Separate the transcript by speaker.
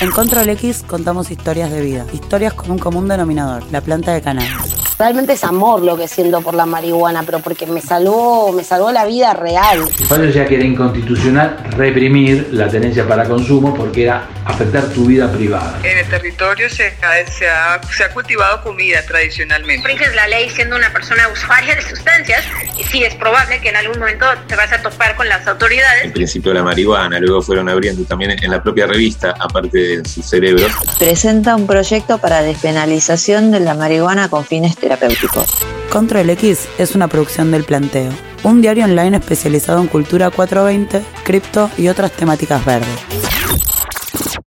Speaker 1: En Control X contamos historias de vida, historias con un común denominador, la planta de cannabis.
Speaker 2: Realmente es amor lo que siento por la marihuana, pero porque me salvó, me salvó la vida real.
Speaker 3: Fallo ya que era inconstitucional reprimir la tenencia para consumo porque era afectar tu vida privada.
Speaker 4: En el territorio se, se, ha, se ha cultivado comida tradicionalmente.
Speaker 5: Infringes la ley siendo una persona usuaria de sustancias y sí es probable que en algún momento te vas a topar con las autoridades.
Speaker 6: En principio la marihuana, luego fueron abriendo también en la propia revista, aparte de sus cerebros.
Speaker 7: Presenta un proyecto para despenalización de la marihuana con fines terapéuticos.
Speaker 1: Control X es una producción del planteo, un diario online especializado en cultura 420, cripto y otras temáticas verdes.